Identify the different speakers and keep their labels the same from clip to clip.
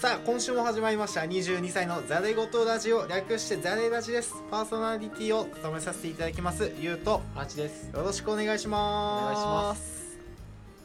Speaker 1: さあ今週も始まりました22歳のザレ言ラジオ略してザレラジですパーソナリティを務めさせていただきますゆうと
Speaker 2: マチです。
Speaker 1: よろしくお願いします
Speaker 2: お願いします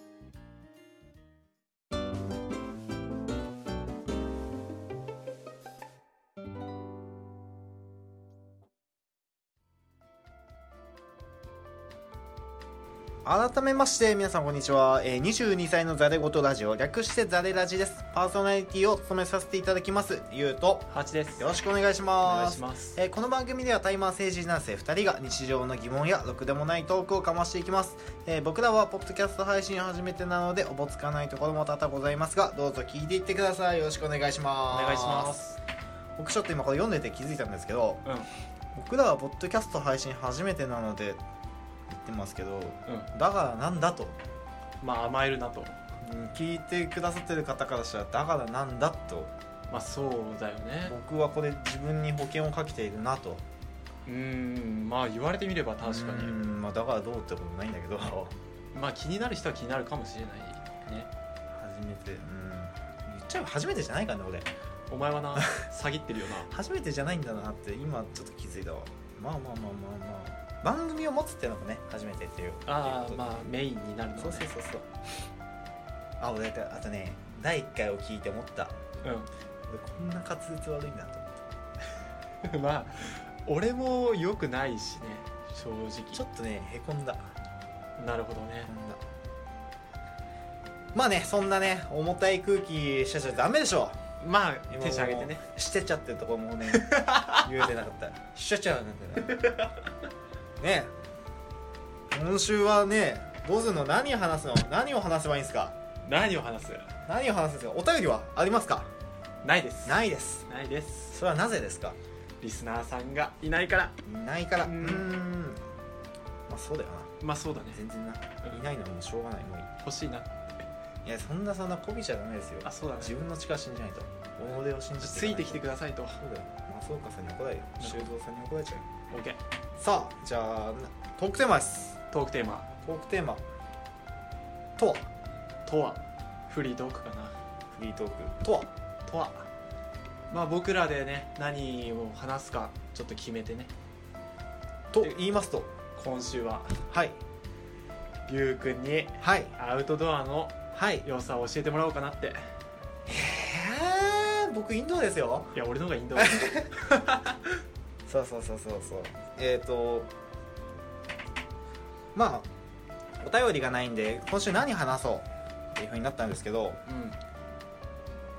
Speaker 1: 改めまして皆さんこんにちは、えー、22歳のザレ言ラジオ略してザレラジですパーソナリティを務めさせていただきますゆうと
Speaker 2: ハチです。
Speaker 1: よろしくお願いし
Speaker 2: お
Speaker 1: ま
Speaker 2: 願い
Speaker 1: す
Speaker 2: します。
Speaker 1: えーこの番組ではタイマー成人男性2人が日常の疑問やろくでもないトークをかましていきます、えー僕らはポッドキャスト配信を始めてなのでおぼつかないところも多々ございますがどうぞ聞いていってくださいよろしくお願いし
Speaker 2: お
Speaker 1: ます
Speaker 2: 願いします。
Speaker 1: 僕ちょっと今これ読んでて気づいたんですけど
Speaker 2: うん。
Speaker 1: 僕らはポッドキャスト配信初めてなので言ってますけど
Speaker 2: うん。
Speaker 1: だからなんだと、
Speaker 2: まあ甘えるなと。
Speaker 1: うん聞いてくださってる方からしたらだからなんだと
Speaker 2: まあそうだよね。
Speaker 1: 僕はこれ自分に保険をかけているなと
Speaker 2: うーん。まあ言われてみれば確か
Speaker 1: う
Speaker 2: に。
Speaker 1: んまあ、だからどうってことないんだけ ど
Speaker 2: まあ気になる人は気になるかもしれないね。
Speaker 1: 初めてうん言っちゃえば初めてじゃないからね俺
Speaker 2: お前は な詐欺ってるよな。
Speaker 1: 初めてじゃないんだなって今ちょっと気づいたわまあまあまあまあまあ番組を持つっていうのもね初めてっていう
Speaker 2: あ
Speaker 1: と
Speaker 2: あ
Speaker 1: いうことで
Speaker 2: まあメインになるのね。
Speaker 1: そうそうそうそうあ俺だってあとね第1回を聞いて思った俺こんな滑舌悪いんだと思って
Speaker 2: うん。 まあ俺も良くないしね。正
Speaker 1: ちょ
Speaker 2: 直。
Speaker 1: っとねへこんだ
Speaker 2: なるほどね
Speaker 1: へこ。んだまあねそんなね重たい空気しちゃちゃダメでしょ
Speaker 2: まあ
Speaker 1: 今もう
Speaker 2: テンション上げてね。
Speaker 1: してちゃってるとこも ね言えてなかったしちゃちゃなんてねねえ今週はねどうするの何を話すの何を話せばいいんですか
Speaker 2: 何を話す？
Speaker 1: 何を話すんですかお便りはありますか
Speaker 2: ないです。
Speaker 1: ないです
Speaker 2: ないです。
Speaker 1: それはなぜですか
Speaker 2: リスナーさんがいないから。
Speaker 1: いないからう
Speaker 2: う
Speaker 1: ー
Speaker 2: ー
Speaker 1: ん
Speaker 2: ん
Speaker 1: まあそうだよな
Speaker 2: まあそうだね。
Speaker 1: 全然ない
Speaker 2: うん
Speaker 1: ないのはもうしょうがないもうい
Speaker 2: 欲しいな。
Speaker 1: いいやそんなそんなこびちゃダメですよ
Speaker 2: あそうだね
Speaker 1: 自分の力信じないと己を信じていかないと
Speaker 2: ついてきてくださいと
Speaker 1: そうだよ松岡さんに怒られるよ修造さんに怒られちゃうよ
Speaker 2: OK
Speaker 1: さあじゃあトークテーマです
Speaker 2: トークテーマ
Speaker 1: トークテーマとは
Speaker 2: とはフリートークかな
Speaker 1: フリートークとは
Speaker 2: とはまあ僕らでね何を話すかちょっと決めてね
Speaker 1: と言いますと
Speaker 2: 今週は
Speaker 1: はい
Speaker 2: りゅうくんに
Speaker 1: はい
Speaker 2: アウトドアの
Speaker 1: はい
Speaker 2: 良さを教えてもらおうかなって
Speaker 1: えー、僕インドアですよ
Speaker 2: いや俺の方がイ ンドアだ
Speaker 1: そうそうそうそうそうえっ、ー、とまあお便りがないんで今週何話そうっていうふうになったんですけど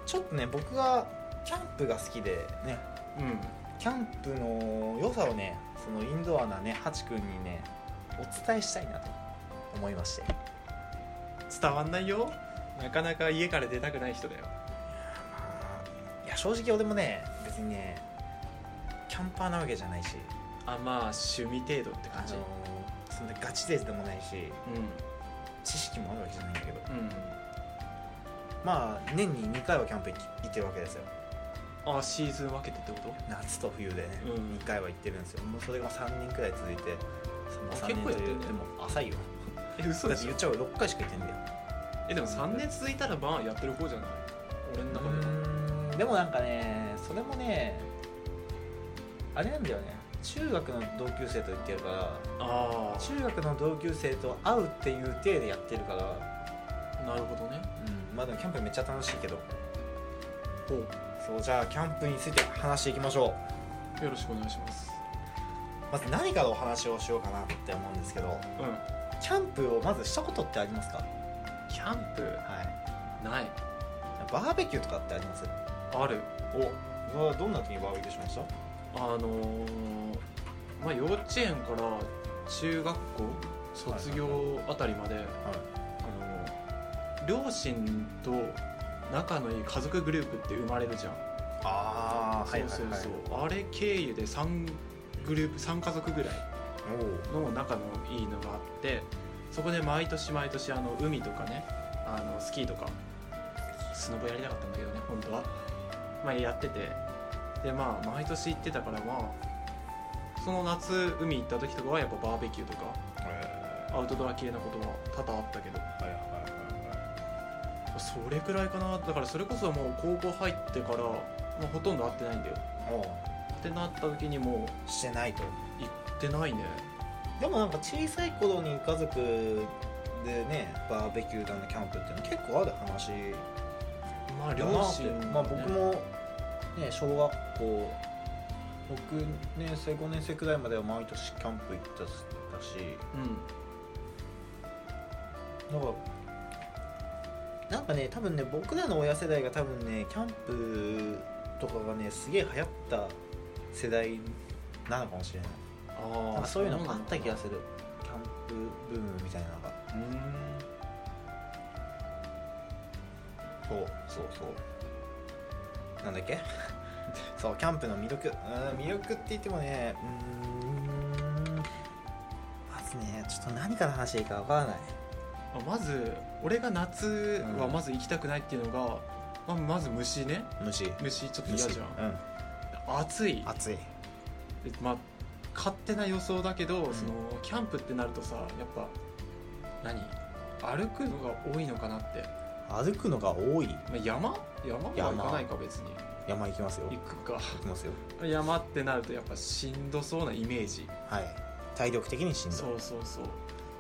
Speaker 1: ちょっとね僕がキャンプが好きでね
Speaker 2: うんうん
Speaker 1: キャンプの良さをねそのインドアなねハチ君にねお伝えしたいなと思いまして
Speaker 2: 伝わんないよなかなか家から出たくない人だよ
Speaker 1: いや正直俺もね別にねキャンパーなわけじゃないし、
Speaker 2: あまあ趣味程度って
Speaker 1: あ
Speaker 2: 感じ、
Speaker 1: のそんなガチ勢でもないし知識もあるわけじゃないんだけど
Speaker 2: うんうん
Speaker 1: まあ年に2回はキャンプ行き行ってるわけですよ
Speaker 2: あシーズン分けてってこと
Speaker 1: 夏と冬でね、
Speaker 2: うん
Speaker 1: 2回は行ってるんですよもうそれが3年くらい続いて
Speaker 2: あ
Speaker 1: その3
Speaker 2: 結
Speaker 1: 年
Speaker 2: 構
Speaker 1: と
Speaker 2: やって
Speaker 1: い
Speaker 2: ん
Speaker 1: う
Speaker 2: ね
Speaker 1: でも浅いよ
Speaker 2: え嘘
Speaker 1: だ
Speaker 2: で
Speaker 1: って
Speaker 2: しょ
Speaker 1: 言っちゃうよ6回しか行ってんだよ
Speaker 2: えでも3年続いたらまあやってる方じゃない俺の中では
Speaker 1: うーんでもなんかねそれもねあれなんだよね中学の同級生と行ってるから
Speaker 2: あ
Speaker 1: 中学の同級生と会うっていう体でやってるから、
Speaker 2: あなるほどね
Speaker 1: うん、まあでもキャンプめっちゃ楽しいけど
Speaker 2: ほう
Speaker 1: そうじゃあキャンプについて話していきましょ
Speaker 2: よろしくお願いします
Speaker 1: うまず何からお話をしようかなって思うんですけど
Speaker 2: うん
Speaker 1: キャンプをまずしたことってありますか
Speaker 2: キャンプ
Speaker 1: はい
Speaker 2: ない
Speaker 1: バーベキューとかってあります
Speaker 2: あるお
Speaker 1: おどんな時にバーベキューしました
Speaker 2: あのー、まあ幼稚園から中学校卒業あたりまで、あのー両親と仲のいい家族グループって生まれるじゃん
Speaker 1: ああはいはいはい
Speaker 2: そうそうそうあれ経由で3グループ3家族ぐらい
Speaker 1: おう
Speaker 2: の仲のいいのがあってそこで毎年毎年あの海とかねあのスキーとかスノボやりたかったんだけどね本当は、まあ、やっててでまあ毎年行ってたからまあその夏海行った時とかはやっぱバーベキューとか
Speaker 1: へー
Speaker 2: アウトドア系なことは多々あったけど
Speaker 1: はいはいはいはい
Speaker 2: それくらいかなだからそれこそもう高校入ってから、まあ、ほとんど会ってないんだよ
Speaker 1: おう
Speaker 2: ってなった時にも
Speaker 1: してないと
Speaker 2: う行ってないね
Speaker 1: でもなんか小さい頃に家族でねバーベキューだのキャンプっていうの結構ある話
Speaker 2: まあ両
Speaker 1: だなって
Speaker 2: 親、
Speaker 1: まあ、僕もね小学校6年生5年生くらいまでは毎年キャンプ行ってたし
Speaker 2: うん
Speaker 1: だからなんかね多分ね僕らの親世代が多分ねキャンプとかがねすげえ流行った世代なのかもしれない
Speaker 2: あ
Speaker 1: なん
Speaker 2: あ
Speaker 1: かそういうのもあった気がするキャンプブームみたいなのが
Speaker 2: うーん
Speaker 1: そうそうそうなんだっ けそうキャンプの魅力うーん魅力って言ってもねうーんまずねちょっと何から話していいかわからない
Speaker 2: あまず俺が夏はまず行きたくないっていうのが、まあ、まず虫ね
Speaker 1: 虫
Speaker 2: 虫ちょっと嫌じゃん
Speaker 1: うん
Speaker 2: 暑い
Speaker 1: 暑い
Speaker 2: でまあ勝手な予想だけど、
Speaker 1: ん
Speaker 2: そのキャンプってなるとさやっぱ何歩くのが多いのかなって、
Speaker 1: 歩くのが多い
Speaker 2: まあ、山山は行かないか別に
Speaker 1: 山行きますよ
Speaker 2: 行くか
Speaker 1: 行きますよ
Speaker 2: 山ってなるとやっぱしんどそうなイメージ、
Speaker 1: はい体力的にしんどい
Speaker 2: そうそうそうっ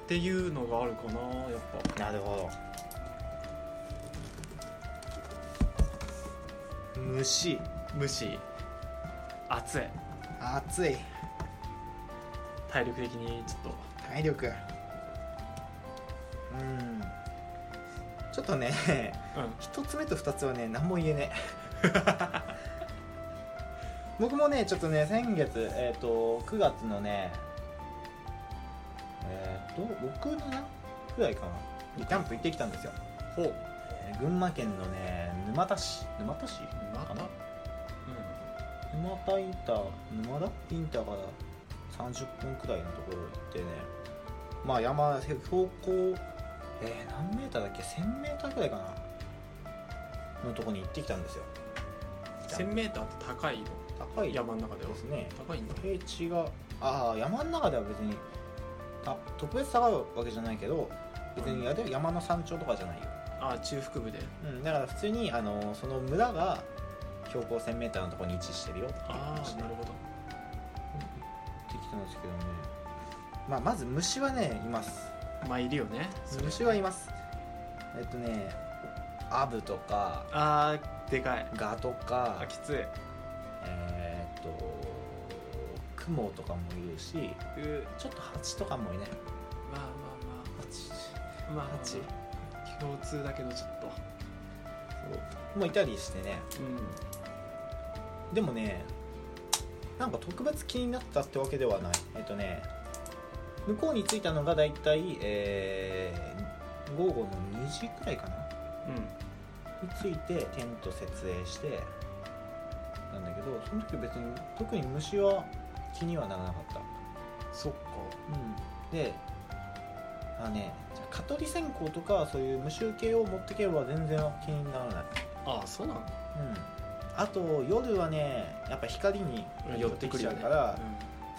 Speaker 2: ていうのがあるかなやっぱ
Speaker 1: なるほど虫
Speaker 2: 虫暑い
Speaker 1: 暑い
Speaker 2: 体力的にちょっ
Speaker 1: 体力うんちょっとね
Speaker 2: とうん
Speaker 1: 一つ目と二つはね何も言え ねえ僕もねちょっとね先月えっ、と9月のねえっ、と67くらいかなにキャンプ行ってきたんですよ、
Speaker 2: ほう
Speaker 1: えー群馬県のね沼田市沼田市
Speaker 2: また
Speaker 1: か
Speaker 2: う
Speaker 1: なん沼田インター沼田インターから30分くらいのところ行ってねまあ山標高えー何メーターだっけ1000メーターくらいかなのとこに行ってきたんですよ
Speaker 2: 1000m って高いの
Speaker 1: 高い
Speaker 2: 山の中では
Speaker 1: ですね
Speaker 2: 高いんだ
Speaker 1: 平地がああ山の中では別にた特別下がるわけじゃないけど別にやで山の山頂とかじゃないよ、
Speaker 2: ああ中腹部で
Speaker 1: うん、だから普通にあのその村が標高 1000m のとこに位置してるよっていう
Speaker 2: あ
Speaker 1: 話
Speaker 2: あ
Speaker 1: で
Speaker 2: なるほど
Speaker 1: ってきたんですけどね、まあ、まず虫はねいます
Speaker 2: まあいるよねそれ
Speaker 1: 虫はいますえっとねアブとか
Speaker 2: あーでかい
Speaker 1: ガとか
Speaker 2: あきついう
Speaker 1: えーっとクモとかもいるしちょっとハチとかもいない
Speaker 2: まあま
Speaker 1: ハチ
Speaker 2: あまあまあ
Speaker 1: ハチ
Speaker 2: 共通だけどちょっと
Speaker 1: もういたりしてね
Speaker 2: うん
Speaker 1: でもねなんか特別気になったってわけではないえっとね向こうに着いたのがだいたいえー午後の2時くらいかなについてテント設営してなんだけどその時別に特に虫は気にはならなかった、
Speaker 2: そっか
Speaker 1: であねじゃあ蚊取り線香とかそういう無臭系を持ってけば全然気にならない、
Speaker 2: ああそうなの
Speaker 1: うん、あと夜はねやっぱ光に
Speaker 2: 寄ってくる
Speaker 1: ち
Speaker 2: よ
Speaker 1: ゃう
Speaker 2: ね
Speaker 1: から、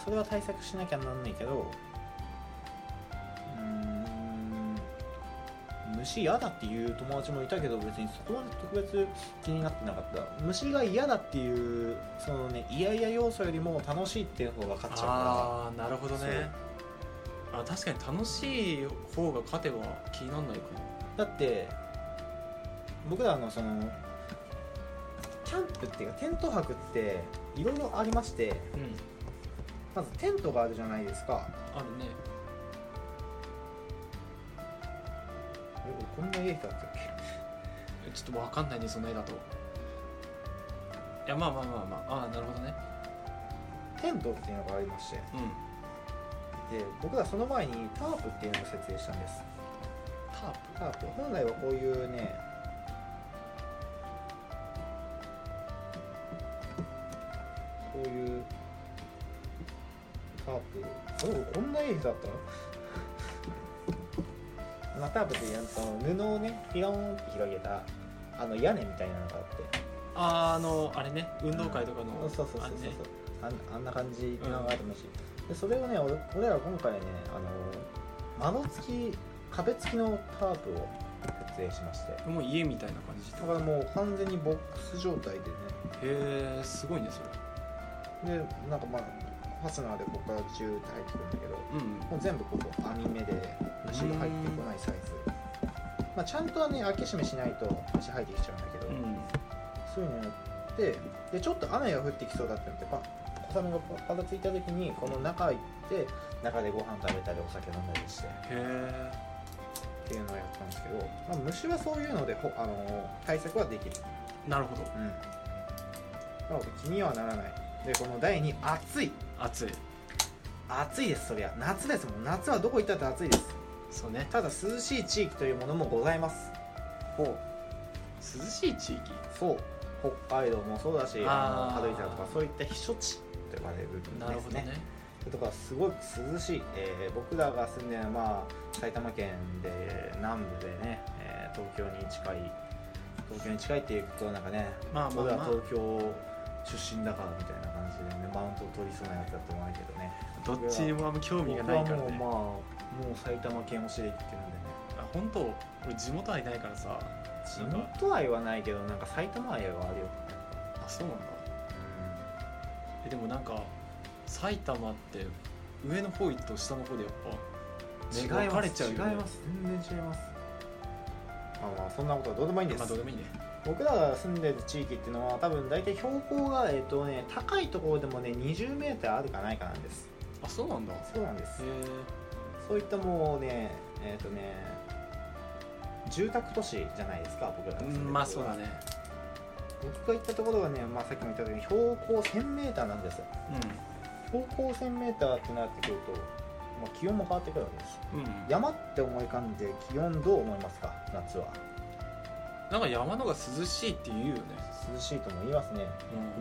Speaker 1: それは対策しなきゃなんないけどうーん虫嫌だっていう友達もいたけど別にそこまで特別気になってなかった虫が嫌だっていうそのね嫌々要素よりも楽しいっていう方が勝っちゃうか
Speaker 2: ああなるほどねあ確かに楽しい方が勝てば気になんないかも
Speaker 1: らだって僕らのそのキャンプっていうかテント泊っていろいろありまして
Speaker 2: うん
Speaker 1: まずテントがあるじゃないですか
Speaker 2: あるね
Speaker 1: えこんな家だったっけ
Speaker 2: えちょっとわかんないねその絵だといやまあまあまあまあああなるほどね
Speaker 1: テントっていうのがありまして
Speaker 2: うん
Speaker 1: で僕らその前にタープっていうのを設営したんです
Speaker 2: ター
Speaker 1: タープ本来はこういうねこういうタープおおこんな絵だったの まあタープっていうその布をねピローンって広げたあの屋根みたいなのがあって
Speaker 2: プあーあのあれね運動会とか
Speaker 1: う
Speaker 2: の
Speaker 1: んそうそうそうそう
Speaker 2: あれね
Speaker 1: あんあんな感じのがあってもいいし、でそれをね俺俺ら今回ねあの窓付き壁付きのタープを設影しまして
Speaker 2: もう家みたいな感じって
Speaker 1: だ
Speaker 2: こ
Speaker 1: か
Speaker 2: と
Speaker 1: らもう完全にボックス状態で
Speaker 2: へえすごいねそれ
Speaker 1: ねでなんかまあファスナーでここから中って入ってくるんだけど
Speaker 2: うん
Speaker 1: もう全部ここ網目で虫が入ってこないサイズ、まあ、ちゃんとはね開け閉めしないと虫入ってきちゃうんだけど、
Speaker 2: うん
Speaker 1: そういうのやってでちょっと雨が降ってきそうだったのでパッ小雨がパラついた時にこの中行って中でご飯食べたりお酒飲んだりしてっ
Speaker 2: へえ
Speaker 1: ていうのをやったんですけど、まあ、虫はそういうのでほ、あのー対策はできる、
Speaker 2: なるほど
Speaker 1: うん、なので気にはならないでこの第2暑い
Speaker 2: 暑い
Speaker 1: 暑いですそりゃ夏ですもん夏はどこ行ったって暑いです
Speaker 2: そうね
Speaker 1: ただ涼しい地域というものもございますほう
Speaker 2: 涼しい地域
Speaker 1: そう北海道もそうだしあ
Speaker 2: あー
Speaker 1: の軽井沢とかそういった避暑地と呼ばれる部分
Speaker 2: なる
Speaker 1: で
Speaker 2: ほ
Speaker 1: すね
Speaker 2: どね
Speaker 1: とかすごく涼しい、えー僕らが住んでるのは、まあ、埼玉県で南部でね、えー東京に近い東京に近いっていうことはなんかね
Speaker 2: まあまあ
Speaker 1: 僕ら
Speaker 2: まあ
Speaker 1: 東京出身だからみたいな感じでねマウントを取りそうなやつだと思うけどね
Speaker 2: どっちにもあんま興味がないから
Speaker 1: 僕は
Speaker 2: ね
Speaker 1: もうまあもう埼玉県推しで生きてるんでね
Speaker 2: あ本当俺地元愛ないからさ
Speaker 1: 地
Speaker 2: なんか
Speaker 1: 元愛はないけどなんか埼玉愛はあるよ
Speaker 2: あそうなんだえでもなんか埼玉って上の方行くと下の方でやっぱ、ね、
Speaker 1: 違い
Speaker 2: 分か
Speaker 1: ま
Speaker 2: れ
Speaker 1: す
Speaker 2: ちゃう
Speaker 1: 違い
Speaker 2: よね
Speaker 1: ます全然違いますまあまあそんなことはどうでもいいんです、
Speaker 2: まあどうでもいいね
Speaker 1: 僕らが住んでる地域っていうのは多分大体標高が、えっとね、高いところでもね 20m あるかないかなんです
Speaker 2: あそうなんだへ
Speaker 1: そうなんです
Speaker 2: え
Speaker 1: そういったもうねえっ、とね住宅都市じゃないですか僕らが住んでるところは
Speaker 2: まあそうだね
Speaker 1: 僕が行ったところはね、まあ、さっきも言ったように標高 1000m なんです標高 1000m ってなってくると、まあ、気温も変わってくるわけです
Speaker 2: うん、うん、
Speaker 1: 山って思い浮かんで気温どう思いますか夏は
Speaker 2: なんか山のが涼しいって言うよね、
Speaker 1: 涼しいとも言いますね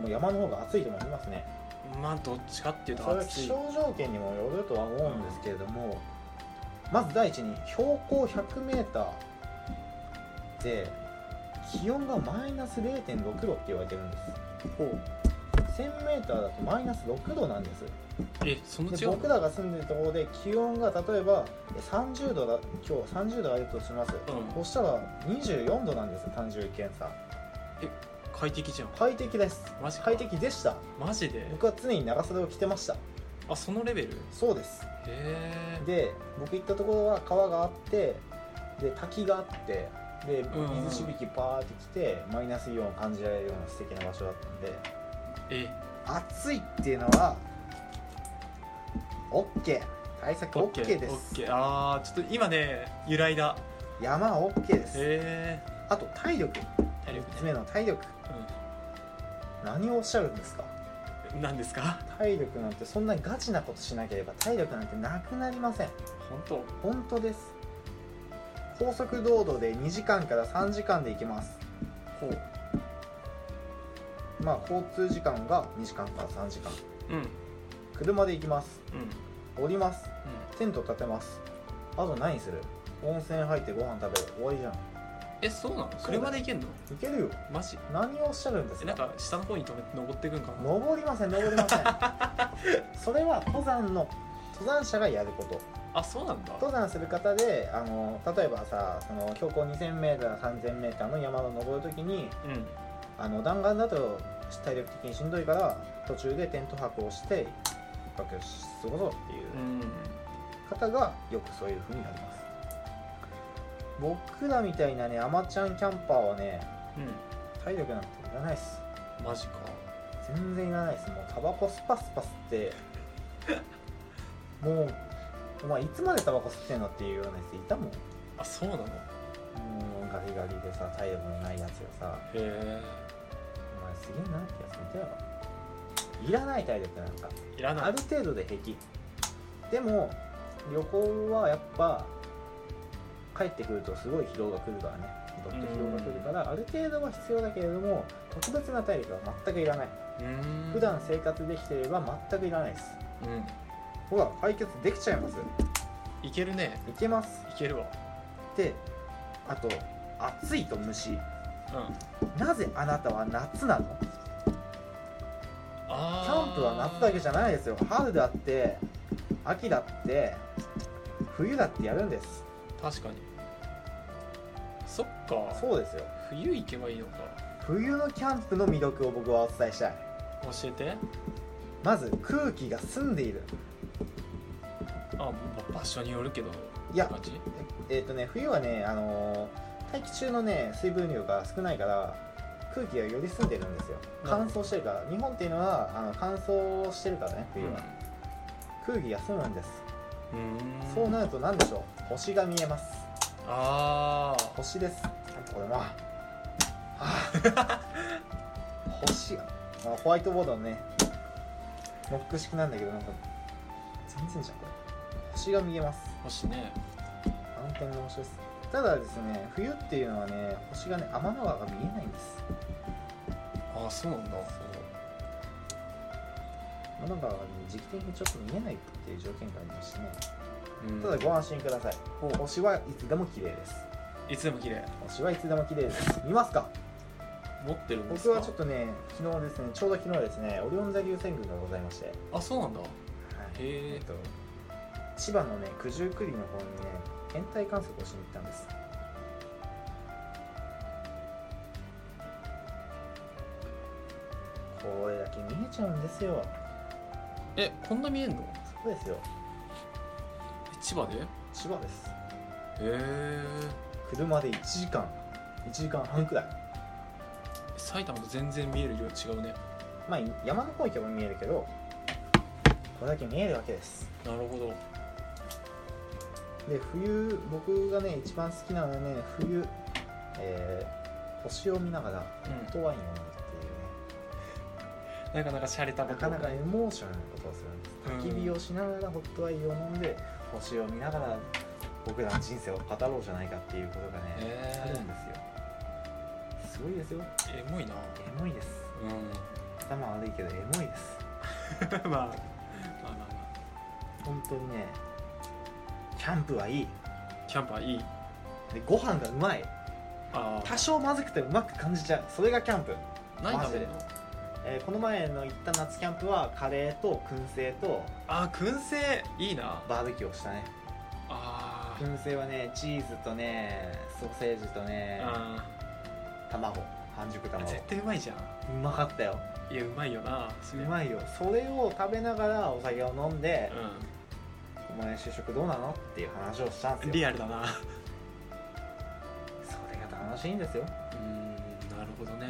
Speaker 1: も
Speaker 2: う
Speaker 1: う山の方が暑いとも言いますね
Speaker 2: ん、まあどっちかっていう
Speaker 1: そ
Speaker 2: と
Speaker 1: れは
Speaker 2: 暑
Speaker 1: 気
Speaker 2: い
Speaker 1: 象条件にもよるとは思うんですけれども、まず第一に標高 100m で気温がマイナス0.6度って言われてるんです
Speaker 2: ほう
Speaker 1: 1000m だとマイナス6度なんです
Speaker 2: えその
Speaker 1: で
Speaker 2: 違う
Speaker 1: 僕らが住んでるところで気温が例えば30度だ今日30度あるとします、
Speaker 2: う
Speaker 1: そしたら24度なんです単純計算
Speaker 2: 快適じゃん
Speaker 1: 快適です
Speaker 2: マジか
Speaker 1: 快適でした
Speaker 2: マジで
Speaker 1: 僕は常に長袖を着てました
Speaker 2: あそのレベルへ
Speaker 1: そうです
Speaker 2: え
Speaker 1: で僕行ったところは川があってで滝があってで
Speaker 2: うんうん
Speaker 1: 水しぶきパーってきて、マイナスイオンを感じられるような素敵な場所だったんで
Speaker 2: え
Speaker 1: 暑いっていうのは OK 対策 OK です
Speaker 2: OK あーちょっと今ね揺らいだ
Speaker 1: 山は OK です
Speaker 2: へえ
Speaker 1: あと体力
Speaker 2: 体
Speaker 1: 3つ
Speaker 2: 力
Speaker 1: 目
Speaker 2: ね、
Speaker 1: の体力何をおっしゃるんですか
Speaker 2: うん、何ですか
Speaker 1: 体力なんてそんなガチなことしなければ体力なんてなくなりません
Speaker 2: 本当
Speaker 1: 本当です高速道路で2時間から3時間で行けます
Speaker 2: ほう
Speaker 1: まあ交通時間が2時間から3時間
Speaker 2: うんうん
Speaker 1: 車で行きます降りますテント立てますあと何する温泉入ってご飯食べる終わりじゃん
Speaker 2: えそうなの
Speaker 1: よ
Speaker 2: 車で行けんの
Speaker 1: 行けるよ
Speaker 2: マジ
Speaker 1: 何をおっしゃるんです
Speaker 2: えなん
Speaker 1: か
Speaker 2: か下の方に止めて登っていくんかな
Speaker 1: 登りません登り ませんそれは登山の登山者がやること
Speaker 2: あそうなんだ
Speaker 1: 登山する方であの例えばさその標高 2000m3000m の山を登るときに
Speaker 2: うん
Speaker 1: あの弾丸だと体力的にしんどいから途中でテント泊をして一泊過ごそうっていう
Speaker 2: うん
Speaker 1: 方がよくそういう風になります僕らみたいなねアマちゃんキャンパーはね
Speaker 2: う
Speaker 1: 体力なんていらないっす
Speaker 2: んマジか
Speaker 1: 全然いらないっすもうタバコスパスパ吸ってもうお前いつまでタバコ吸ってんのっていうようなやついたもんも
Speaker 2: あそうなのへ
Speaker 1: うガリガリでさ体力のないやつがさ
Speaker 2: え
Speaker 1: お前すげえなってやついたよいらない体力なんか
Speaker 2: いらな
Speaker 1: あ
Speaker 2: い
Speaker 1: る程度で平気でも旅行はやっぱ帰ってくるとすごい疲労がくるからねどっと疲労がくるからある程度は必要だけれども特別な体力は全くいらない
Speaker 2: うん
Speaker 1: 普段生活できてれば全くいらないです
Speaker 2: うん
Speaker 1: ほら解決できちゃいます
Speaker 2: いけるね
Speaker 1: いけます
Speaker 2: いけるわ
Speaker 1: であと暑いと虫
Speaker 2: うん
Speaker 1: なぜあなたは夏なのキ
Speaker 2: あ
Speaker 1: ャンプは夏だけじ
Speaker 2: ゃ
Speaker 1: ゃないですよ春だって秋だって冬だってやるんです
Speaker 2: 確かにそっか
Speaker 1: そうですよ
Speaker 2: 冬行けばいいのか
Speaker 1: 冬のキャンプの魅力を僕はお伝えしたい
Speaker 2: 教えて
Speaker 1: まず空気が澄んでいる
Speaker 2: あば場所によるけど
Speaker 1: いや
Speaker 2: 感じ
Speaker 1: えっ、とね冬はね、あのー大気中のね水分量が少ないから空気がより澄んでるんですよ
Speaker 2: なるほ
Speaker 1: 乾
Speaker 2: ど
Speaker 1: 燥してるから日本っていうのはあの乾燥してるからね冬は、空気が澄むんです
Speaker 2: うんうん
Speaker 1: そうなると何でしょう星が見えます
Speaker 2: ああ
Speaker 1: 星ですこれもはあ 星が、まあ、ホワイトボードのねノック式なんだけどなんか全然じゃんこれ星が見えます
Speaker 2: 星ね
Speaker 1: 満天の星ですただですね冬っていうのはね星がね天の川が見えないんです
Speaker 2: ああそうなんだ
Speaker 1: 天の川がね時期的にちょっと見えないっていう条件がありましてね
Speaker 2: うん
Speaker 1: ただご安心ください
Speaker 2: ほう
Speaker 1: 星はいつでも綺麗です
Speaker 2: いつでも綺麗
Speaker 1: 星はいつでも綺麗です見ますか
Speaker 2: 持ってるんです
Speaker 1: 僕
Speaker 2: か
Speaker 1: はちょっとね昨日ですねちょうど昨日ですねオリオン座流星群がございまして、はい
Speaker 2: あそうなんだへえ
Speaker 1: えっと千葉のね九十九里の方にね天体観測をしに行ったんですこれだけ見えちゃうんですよ
Speaker 2: えこんな見えんの
Speaker 1: そうですよ
Speaker 2: え千葉でへ
Speaker 1: 千葉です
Speaker 2: え
Speaker 1: 車で1時間1時間半くらい
Speaker 2: 埼玉と全然見える色違うね
Speaker 1: まあ山の方行けば見えるけどこれだけ見えるわけです
Speaker 2: なるほど
Speaker 1: で冬僕がね一番好きなのはね冬、えー星を見ながら
Speaker 2: うん
Speaker 1: ホットワインを飲むっていうね
Speaker 2: なかなか洒落たこ
Speaker 1: な
Speaker 2: と
Speaker 1: かなかエモーショナルなことをするんです焚き火をしながらホットワインを飲んで星を見ながら僕らの人生を語ろうじゃないかっていうことがね、
Speaker 2: へ
Speaker 1: あるんですよすごいですよ
Speaker 2: えエモいな
Speaker 1: エモいです頭悪いけどエモいです
Speaker 2: うんまあまあまあま
Speaker 1: 本当にねキャンプはいい
Speaker 2: あキャンパーいい
Speaker 1: でご飯がうまい
Speaker 2: あ
Speaker 1: 多少まずくてもうまく感じちゃうそれがキャンプ、
Speaker 2: あ何食べるの
Speaker 1: マえーこの前の行った夏キャンプはカレーと燻製と
Speaker 2: あー燻製いいな
Speaker 1: バーベキューをしたね
Speaker 2: あー
Speaker 1: 燻製はねチーズとねソーセージとね
Speaker 2: あ
Speaker 1: 卵半熟
Speaker 2: ー
Speaker 1: 卵
Speaker 2: 絶対うまいじゃん
Speaker 1: うまかったよ
Speaker 2: いやうまいよな
Speaker 1: う
Speaker 2: それ
Speaker 1: まいよそれを食べながらお酒を飲んで「
Speaker 2: う
Speaker 1: お前就職どうなの?」っていう話をしたん
Speaker 2: ん
Speaker 1: です
Speaker 2: リ
Speaker 1: よ
Speaker 2: アルだな
Speaker 1: それが楽しいんですよ
Speaker 2: うんなるほどね
Speaker 1: うん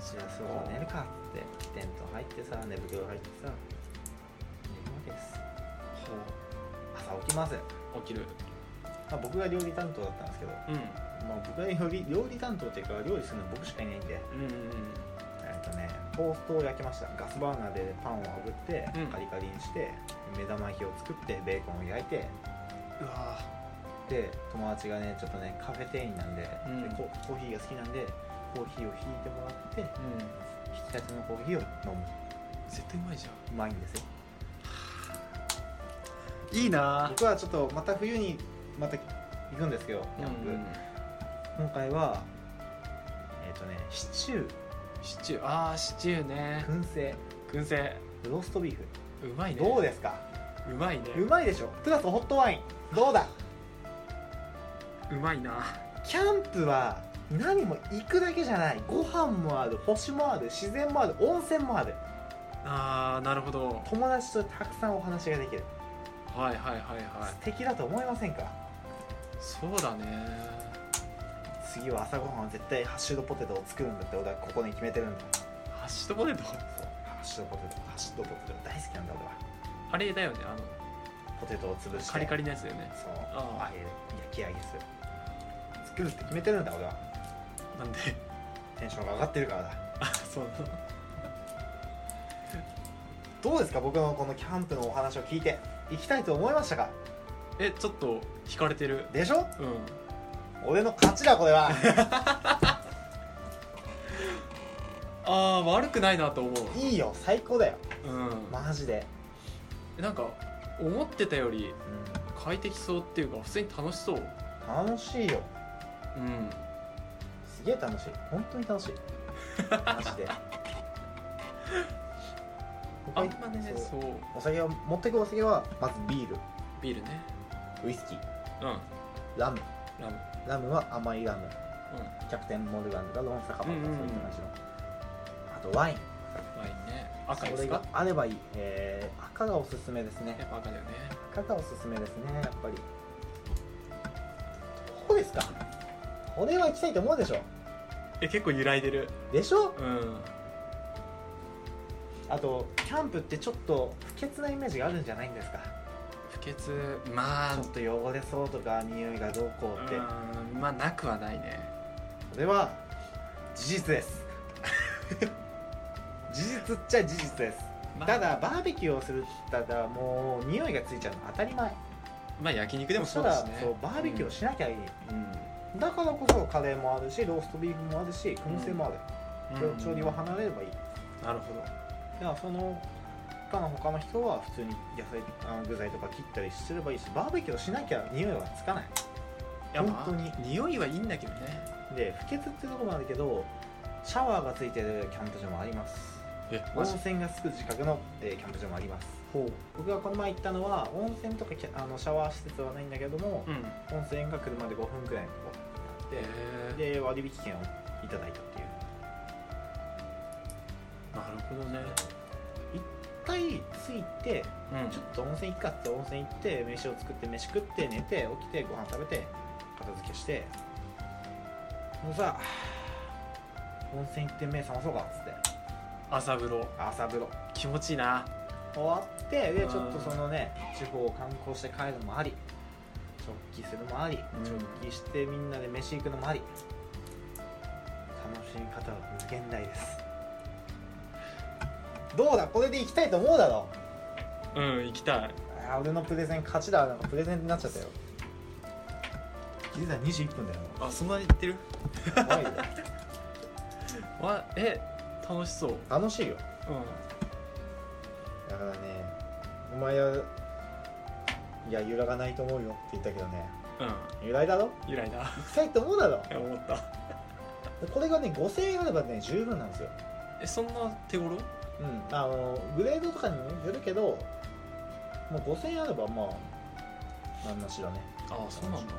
Speaker 1: じゃあそうだ寝るかっつってテント入ってさ寝袋入ってさ寝るわけです朝起きます、
Speaker 2: 起きる
Speaker 1: まあ、僕が料理担当だったんですけど、
Speaker 2: うん
Speaker 1: まあ、僕が料理料理担当っていうか料理するの僕しかいないんで
Speaker 2: うんうん
Speaker 1: えっとねトーストを焼きましたガスバーナーでパンを炙って
Speaker 2: うん
Speaker 1: カリカリにして、目玉焼きを作ってベーコンを焼いて
Speaker 2: うわ
Speaker 1: で友達がねちょっとねカフェ店員なんで,で、
Speaker 2: うん
Speaker 1: ココーヒーが好きなんでコーヒーを引いてもらって
Speaker 2: うん
Speaker 1: 引き立てのコーヒーを飲む
Speaker 2: 絶対うまいじゃん
Speaker 1: うまいんですよ
Speaker 2: いいな
Speaker 1: 僕はちょっとまた冬にまた行くんですけどキャンプ、今回はえっ、とねシチュー
Speaker 2: シチューああシチューね
Speaker 1: 燻製
Speaker 2: 燻製
Speaker 1: ローストビーフ
Speaker 2: うまいね
Speaker 1: どうですか
Speaker 2: うまいね
Speaker 1: うまいでしょプラスホットワインどうだ
Speaker 2: うまいな
Speaker 1: キャンプは何も行くだけじゃないご飯もある星もある自然もある温泉もある
Speaker 2: あーなるほどは
Speaker 1: 友達とたくさんお話ができる、
Speaker 2: いはいはいはい
Speaker 1: 素敵だと思いませんか
Speaker 2: そうだね
Speaker 1: 次は朝ごはんは絶対ハッシュドポテトを作るんだって俺はここに決めてるんだ
Speaker 2: ハッシュドポテト
Speaker 1: そうハッシュドポテトハッシュドポテト大好きなんだ俺は
Speaker 2: あれだよねあの
Speaker 1: ポテトを潰して
Speaker 2: カリカリのやつだよね
Speaker 1: そう
Speaker 2: あ
Speaker 1: 揚げる焼き上げする作るって決めてるんだ俺は
Speaker 2: なんで
Speaker 1: テンションが上がってるからだ
Speaker 2: あそうなの
Speaker 1: どうですか僕のこのキャンプのお話を聞いて行きたいと思いましたか
Speaker 2: えちょっと惹かれてる
Speaker 1: でしょ
Speaker 2: うん
Speaker 1: 俺の勝ちだこれ は
Speaker 2: あー悪くないなと思う
Speaker 1: いいよ最高だよ
Speaker 2: うん、
Speaker 1: マジで、
Speaker 2: なんか思ってたより快適そうっていうか普通に楽しそう
Speaker 1: 楽しいよ
Speaker 2: うん
Speaker 1: すげえ楽しい本当に楽しいマジで
Speaker 2: あ
Speaker 1: 他
Speaker 2: ん
Speaker 1: に
Speaker 2: まね
Speaker 1: そう
Speaker 2: そう
Speaker 1: お酒を持ってくお酒はまずビール
Speaker 2: ビールね
Speaker 1: ウイスキー
Speaker 2: うん
Speaker 1: ラム
Speaker 2: ラム
Speaker 1: ラムは甘いラム
Speaker 2: うん
Speaker 1: キャプテンモルガンとかロン・サカバとかそう
Speaker 2: うんうんう
Speaker 1: い
Speaker 2: ん
Speaker 1: った感じの、あとワイン
Speaker 2: ワインね赤い
Speaker 1: そ
Speaker 2: です
Speaker 1: れ
Speaker 2: か
Speaker 1: があればいい、えー赤がおすすめですね
Speaker 2: やっぱ赤だよね
Speaker 1: 赤がおすすめですねやっぱりどうですかこれは行きたいと思うでしょ
Speaker 2: え結構揺らいでる
Speaker 1: でしょ
Speaker 2: うん
Speaker 1: あとキャンプってちょっと不潔なイメージがあるんじゃないんですか
Speaker 2: 不潔まあ
Speaker 1: ちょっと汚れそうとか匂いがどうこうって
Speaker 2: うんまあなくはないね
Speaker 1: それは事実です 事実っちゃ事実です
Speaker 2: まあ
Speaker 1: ただバーベキューをするって言ったらもう匂いがついちゃうの当たり前
Speaker 2: まあ焼肉でもそうです
Speaker 1: した
Speaker 2: ね
Speaker 1: らそうバーベキューをしなきゃいい、
Speaker 2: うん
Speaker 1: だからこそカレーもあるしローストビーフもあるし燻製もある、
Speaker 2: うん
Speaker 1: 調理は離れればいい、
Speaker 2: なるほど
Speaker 1: だからその他の他の人は普通に野菜あの具材とか切ったりすればいいしバーベキューをしなきゃ匂いはつかない
Speaker 2: いやまあ
Speaker 1: 本当に
Speaker 2: 匂いはいいんだけどね
Speaker 1: で不潔ってとこもあるけどシャワーがついてるキャンプ場もあります
Speaker 2: え
Speaker 1: 温泉がつく近くの、えーキャンプ場もあります
Speaker 2: ほう
Speaker 1: 僕がこの前行ったのは温泉とかキャあのシャワー施設はないんだけども
Speaker 2: う、ん
Speaker 1: 温泉が車で5分くらいのとこ
Speaker 2: で
Speaker 1: ろで割引券をいただいたっていう
Speaker 2: なるほどね
Speaker 1: 一回着いて
Speaker 2: うん
Speaker 1: ちょっと温泉行くかって温泉行って飯を作って飯食って寝て起きてご飯食べて片付けしてもうさ温泉行って目覚まそうかっつって
Speaker 2: 朝風呂
Speaker 1: 朝風呂
Speaker 2: 気持ちいいな
Speaker 1: 終わってで
Speaker 2: うん
Speaker 1: ちょっとそのね地方を観光して帰るのもあり直帰するのもあり
Speaker 2: うん
Speaker 1: 直帰してみんなで飯行くのもあり楽しみ方は無限大ですどうだこれで行きたいと思うだろ
Speaker 2: うん行きたい
Speaker 1: あー俺のプレゼン勝ちだなんかプレゼンになっちゃったよ気づいたら21分だよ
Speaker 2: あそんなに行ってる
Speaker 1: 怖いよ
Speaker 2: わえ楽しそう
Speaker 1: 楽しいよ
Speaker 2: う
Speaker 1: だからねお前はいや揺らがないと思うよって言ったけどね
Speaker 2: んうん
Speaker 1: 揺らいだろ
Speaker 2: 由来だ
Speaker 1: 行きたいと思うだろ
Speaker 2: 思った
Speaker 1: これがね5000円あればね十分なんですよ
Speaker 2: えそんな手
Speaker 1: う
Speaker 2: 頃
Speaker 1: んあのグレードとかにもよるけどもう5000円あればまあなんなしだね
Speaker 2: あそうなんだ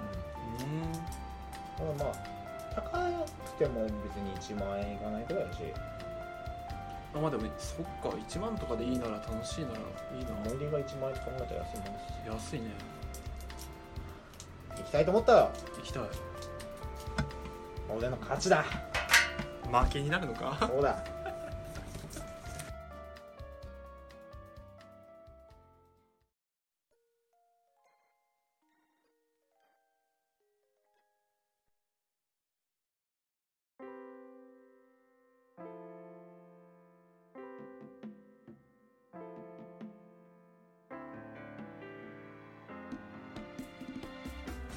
Speaker 2: うん
Speaker 1: うんだからまあ高くても別に1万円いかないくらいだし
Speaker 2: あまあでもそっか1万とかでいいなら楽しいならいい
Speaker 1: 森が1万円と考えたら安いもんです
Speaker 2: な安いね
Speaker 1: 行きたいと思ったら
Speaker 2: 行きたい
Speaker 1: 俺の勝ちだ
Speaker 2: 負けになるのか
Speaker 1: そうだ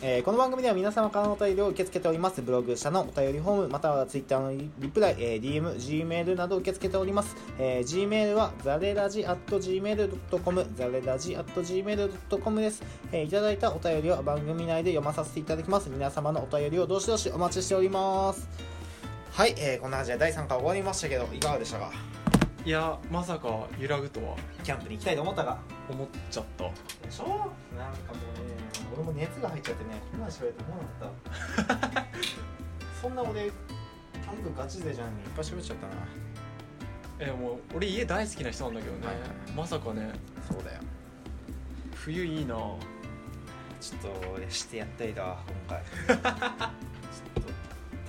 Speaker 1: えーこの番組では皆様からのお便りを受け付けておりますブログ下のお便りフォームまたはツイッターのリプライ、えー DM、Gmail など受け付けております、えー Gmail はザレラジ at gmail.com ザレラジ at gmail.com です、えーいただいたお便りは番組内で読まさせていただきます皆様のお便りをどしどしお待ちしておりますはい、えーこんな感じで第3回終わりましたけどいかがでしたか
Speaker 2: いやまさか揺らぐとは
Speaker 1: キャンプに行きたいと思ったが
Speaker 2: 思っちゃった
Speaker 1: でしょなんかもうね俺も熱が入っちゃってねこんなんしゃべって思わなかった そんな俺キャンプガチ勢じゃんいっぱいしゃべっちゃったな
Speaker 2: えもう俺家大好きな人なんだけどね、
Speaker 1: はいはい
Speaker 2: まさかね
Speaker 1: そうだよ
Speaker 2: 冬いいな
Speaker 1: ちょっと俺してやったりだわ今回 ちょっとテ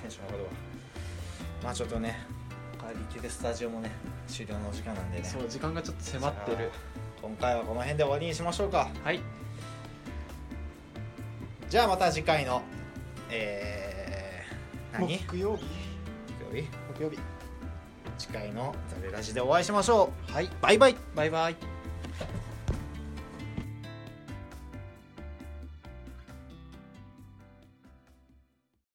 Speaker 1: ンション上がるわまあちょっとね帰りきでスタジオもね終了のお時間なんでね
Speaker 2: そう時間がちょっと迫って
Speaker 1: じゃ
Speaker 2: る
Speaker 1: あ今回はこの辺で終わりにしましょうか
Speaker 2: はい
Speaker 1: じゃあまた次回のえー、何
Speaker 2: 木曜日
Speaker 1: 木曜日木曜日次回の「ザレラジ」でお会いしましょうはいバイバイ
Speaker 2: バイバイ